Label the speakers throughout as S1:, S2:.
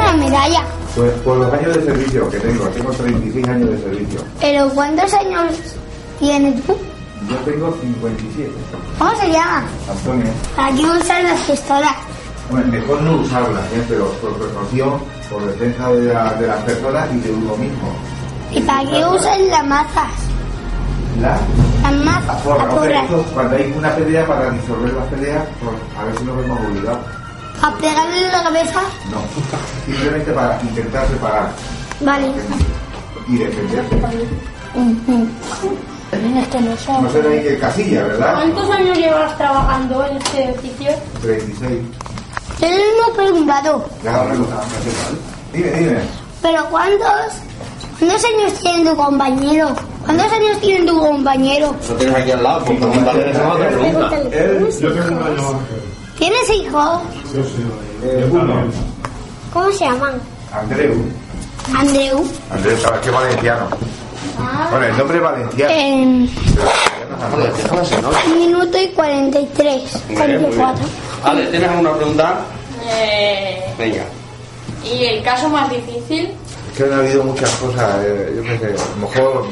S1: allá.
S2: Pues por los años de servicio que tengo, tengo 36 años de servicio.
S1: Pero ¿cuántos años tienes tú?
S2: Yo tengo 57.
S1: ¿Cómo se llama?
S2: Antonio,
S1: Aquí usar las gestoras.
S2: bueno, mejor no usarlas, ¿eh? pero por precaución, por defensa de, la- de las personas y de uno mismo.
S1: ¿Y para qué usan las mazas?
S2: La
S1: Las mazas,
S2: azorra,
S1: las
S2: hombre,
S1: porras.
S2: esto, cuando hay una pelea para resolver las peleas, pues a ver si nos vemos obligados.
S1: ¿A pegarle en la cabeza?
S2: No, simplemente para intentar separar
S1: Vale.
S2: y defenderse.
S1: Este no
S2: No sé de ahí que casilla, ¿verdad?
S3: ¿Cuántos años llevas trabajando en este oficio?
S2: 36.
S1: Yo no he preguntado,
S2: Ya, ahora lo sabemos, ¿qué tal? Dime, dime.
S1: pero ¿cuántos, ¿cuántos años tiene tu compañero? ¿Cuántos años tiene tu compañero?
S4: Lo tienes aquí al lado, pues pregúntale esa otra pregunta.
S1: Pregúntale.
S5: Yo tengo un año más.
S1: ¿Tienes hijos?
S5: Yo sí. Yo también.
S1: ¿Cómo se llaman?
S2: Andreu.
S1: Andreu.
S2: Andreu, ¿sabes qué valenciano? Bueno, el nombre es valenciano.
S1: En
S4: Vale, déjala así, ¿no?
S1: un minuto y 43,
S4: Muy bien, muy bien.
S1: 44.
S4: Ale, ¿tienes alguna pregunta?
S3: Eh,
S4: Venga.
S3: ¿Y el caso más difícil?
S2: Es que han habido muchas cosas, eh, yo qué sé, a lo mejor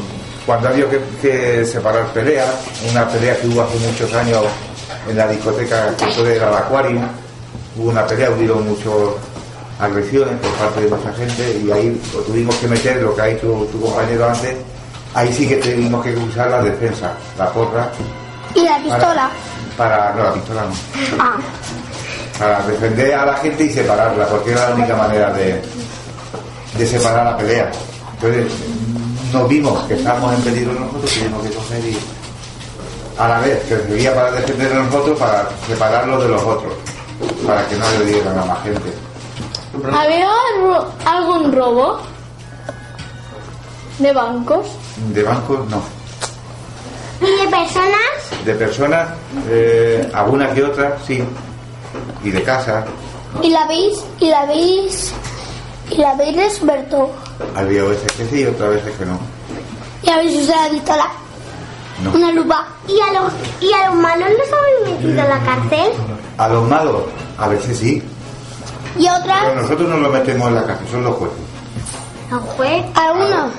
S2: cuando ha habido que, que separar peleas, una pelea que hubo hace muchos años en la discoteca que fue era el Acuario, hubo una pelea, hubieron muchas agresiones por parte de mucha gente y ahí lo tuvimos que meter lo que ha hecho tu compañero antes, ahí sí que tuvimos que usar la defensa, la porra,
S1: ¿Y la
S2: para-
S1: pistola?
S2: para no, la pistola no.
S1: Ah,
S2: para defender a la gente y separarla, porque era la única manera de, de separar la pelea. Entonces, nos vimos que estábamos en peligro nosotros, tuvimos que coger y a la vez que servía para defender a nosotros, para separarlos de los otros, para que no le dieran a más gente.
S3: ¿Ha habido ro- algún robo de bancos?
S2: De bancos, no.
S1: ¿Y de personas?
S2: De personas, eh, alguna que otra, sí. Y de casa,
S1: ¿Y la veis? ¿Y la veis? ¿Y la habéis despertado?
S2: había veces que sí y otras veces que no.
S1: ¿Y habéis usado la pistola?
S2: No.
S1: Una lupa. ¿Y a los, y a los malos los habéis metido a la cárcel?
S2: A los malos, a veces sí,
S1: ¿Y a otras?
S2: pero nosotros no los metemos en la cárcel, son los jueces.
S1: Los jueces. Algunos.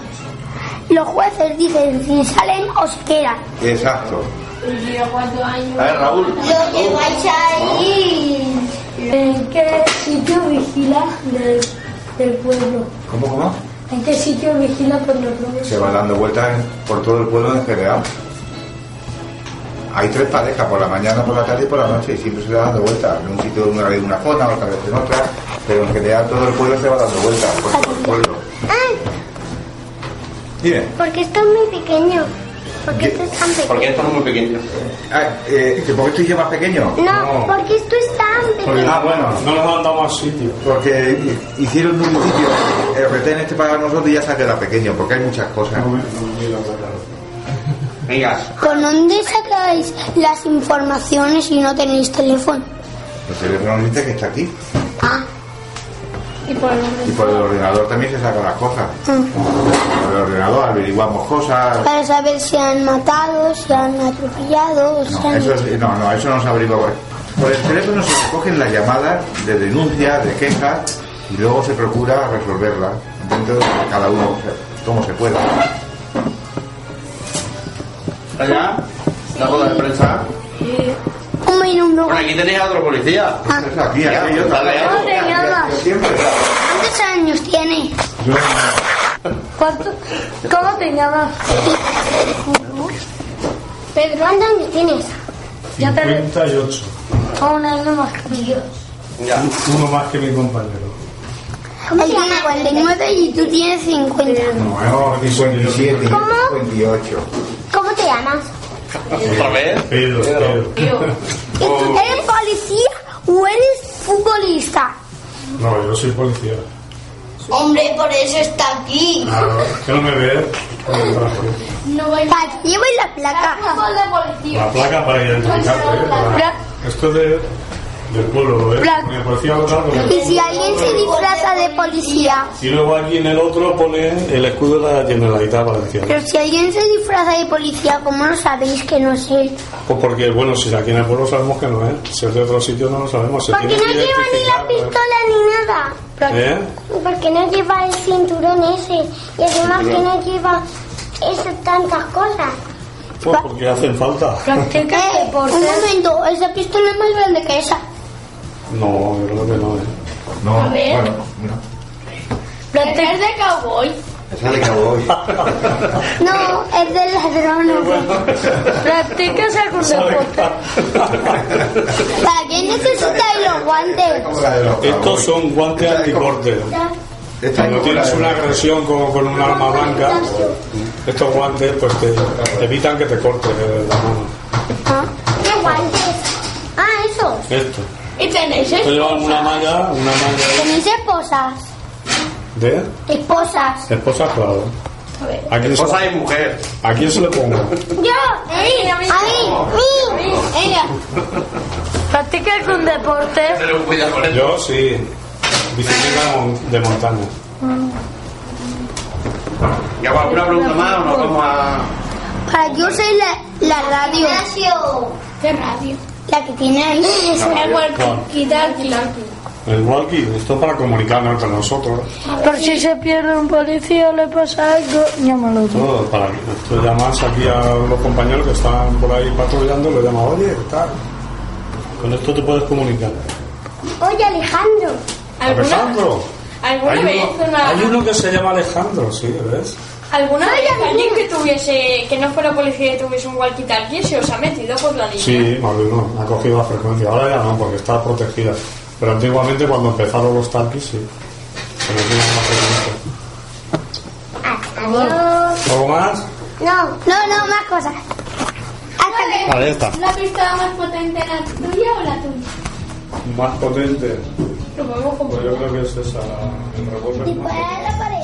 S1: Los jueces dicen si salen o se quedan.
S2: Exacto.
S3: ¿Y yo cuántos Pues años?
S4: A ver, Raúl.
S1: Lo que vais ahí.
S6: ¿En qué sitio vigila del, del pueblo?
S2: ¿Cómo, cómo?
S6: ¿En qué sitio vigila por los robos?
S2: Se va dando vueltas en- por todo el pueblo en general. Hay tres parejas, por la mañana, por la tarde y por la noche, y siempre se va dando vueltas. En un sitio una vez en una zona, otra vez en otra, pero en general todo el pueblo se va dando vueltas por todo el pueblo.
S1: Ah,
S2: Dime,
S1: porque esto es muy pequeño. Porque
S2: esto
S1: es tan
S4: Porque esto no es muy pequeño.
S2: ah, eh, ¿que ¿por qué estoy yo más pequeño?
S5: No,
S1: porque esto es tan
S5: Porque
S2: Ah, bueno.
S5: no nos han dado más sitio.
S2: Porque hicieron un municipio, el retén este para nosotros y ya se ha quedado pequeño, porque hay muchas cosas.
S5: No me, no me miran la cara.
S4: Venga.
S1: ¿Con dónde sacáis las informaciones si no tenéis teléfono?
S2: El teléfono dice que está aquí.
S1: Ah,
S3: ¿Y por dónde?
S2: Y por el ordenador también se sacan las cosas.
S1: mm.
S2: Por el ordenador averiguamos cosas.
S1: para saber si han matado, si han atropellado, o si
S2: No,
S1: han...
S2: eso, es- no, no, eso no se averigua. Por el teléfono se recogen las llamadas de denuncia, de quejas, y luego se procura resolverlas dentro de cada uno se- como se pueda.
S4: Allá. La rueda de prensa.
S1: Un minuto.
S4: Bueno, aquí tenéis a otro policía.
S1: Ah,
S2: Eso aquí,
S4: Ya,
S2: aquí, yo
S4: dale,
S2: también.
S4: algo.
S2: Yo siempre.
S1: ¿Cuántos años tiene?
S2: Yo-
S1: Ah,
S6: ¿Cuánto- ¿Cómo te llamas?
S1: Pedro, ¿cuántos años tienes?
S5: 58.
S6: Un año más que yo.
S4: Ya.
S5: Uno más que mi compañero.
S1: Él tiene 49 y tú tienes 50.
S2: No, 57, 58.
S1: ¿Cómo te llamas?
S4: Otra vez.
S5: Pedro, Pedro.
S1: ¿Y tú eres policía o eres futbolista?
S5: No, yo soy policía.
S1: Hombre, por eso está aquí.
S5: Claro, que no me ve.
S3: No voy a...
S1: Aquí llevo la
S3: Ah.
S1: placa.
S3: Fútbol de policía.
S5: La placa para identificarte. ¿eh? Para- Esto es de, del pueblo, ¿eh?
S1: Blanco.
S5: Me parecía local,
S1: Y
S5: porque-
S1: si alguien se disfraza de policía,
S5: Y luego aquí en el otro pone el escudo de la Generalitat Valenciana.
S1: pero si alguien se disfraza de policía, ¿cómo lo sabéis que no es él?
S5: Pues porque, bueno, si aquí en el pueblo sabemos que no es. Si es de otro sitio no lo sabemos. Se tiene que identificar, ¿eh?
S1: ni nada.
S5: ¿Eh?
S1: Porque no lleva el cinturón ese. Y además que no lleva eso, tantas cosas.
S5: Pues porque hacen falta.
S1: Eh, un momento, esa pistola es más grande que esa.
S5: No, yo creo que no, ¿eh?
S2: No,
S3: A ver.
S2: bueno, no.
S3: Practicar de cowboy.
S2: Esa de cowboy.
S1: No, es de ladrones.
S3: Practicas algún deporte.
S1: ¿Para qué necesitáis los guantes? ¿Ah?
S2: Como la de los
S5: Estos
S2: cowboys.
S5: son guantes
S2: Esta es como-
S5: anticorte.
S2: esta es
S5: Cuando
S2: como
S5: tienes
S2: la de-
S5: una agresión con, con un arma blanca, estos guantes pues te, te evitan que te cortes eh, la mano.
S1: ¿Ah? ¿Qué guantes? Ah, esos.
S5: Esto.
S3: Y tenéis
S5: Te llevan una
S3: esposa.
S5: malla, una malla
S1: Tenéis esposas.
S5: de
S1: Esposas.
S5: esposa, claro. ¿A quién, se,
S4: Esposa y mujer.
S5: ¿A quién se le pongo?
S1: Yo. A mí. A mí. Ella.
S3: Practica algún deporte.
S4: Pero cuidado con eso.
S5: Yo sí. Bicicleta mon- de montaña.
S4: ¿Y hago alguna pregunta más o nos vamos a...?
S1: Para que uséis la, la radio.
S3: ¿Qué radio?
S1: La que tiene ahí.
S3: El
S5: Claro.
S3: walkie-talkie.
S5: El walkie, esto para comunicarnos con nosotros.
S7: Por si se pierde un policía o le pasa algo, llámalo tú.
S5: Todo para Tú llamas aquí a los compañeros que están por ahí patrullando, lo llamas, oye, tal. Con esto te puedes comunicar.
S1: Oye, Alejandro.
S3: ¿Alguna,
S5: Alejandro.
S3: alguna
S5: Hay
S3: vez
S5: uno,
S3: una-
S5: hay uno que se llama Alejandro, sí, ¿ves?
S3: ¿Alguna vez alguien que tuviese, que no fuera policía y tuviese un walkie-talkie se os ha metido por la línea?
S5: Sí, más de uno. Ha cogido la frecuencia. Ahora ya no, porque está protegida. Pero antiguamente cuando empezaron los talkies, sí. Se metían en la
S1: Adiós.
S5: frecuencia. ¿Algo más?
S1: No, no, no, más cosas. Hasta
S5: Ahí está.
S6: ¿La pistola más potente la tuya o la tuya?
S5: Más potente. Pues yo creo que es esa, el revólver
S1: la pared.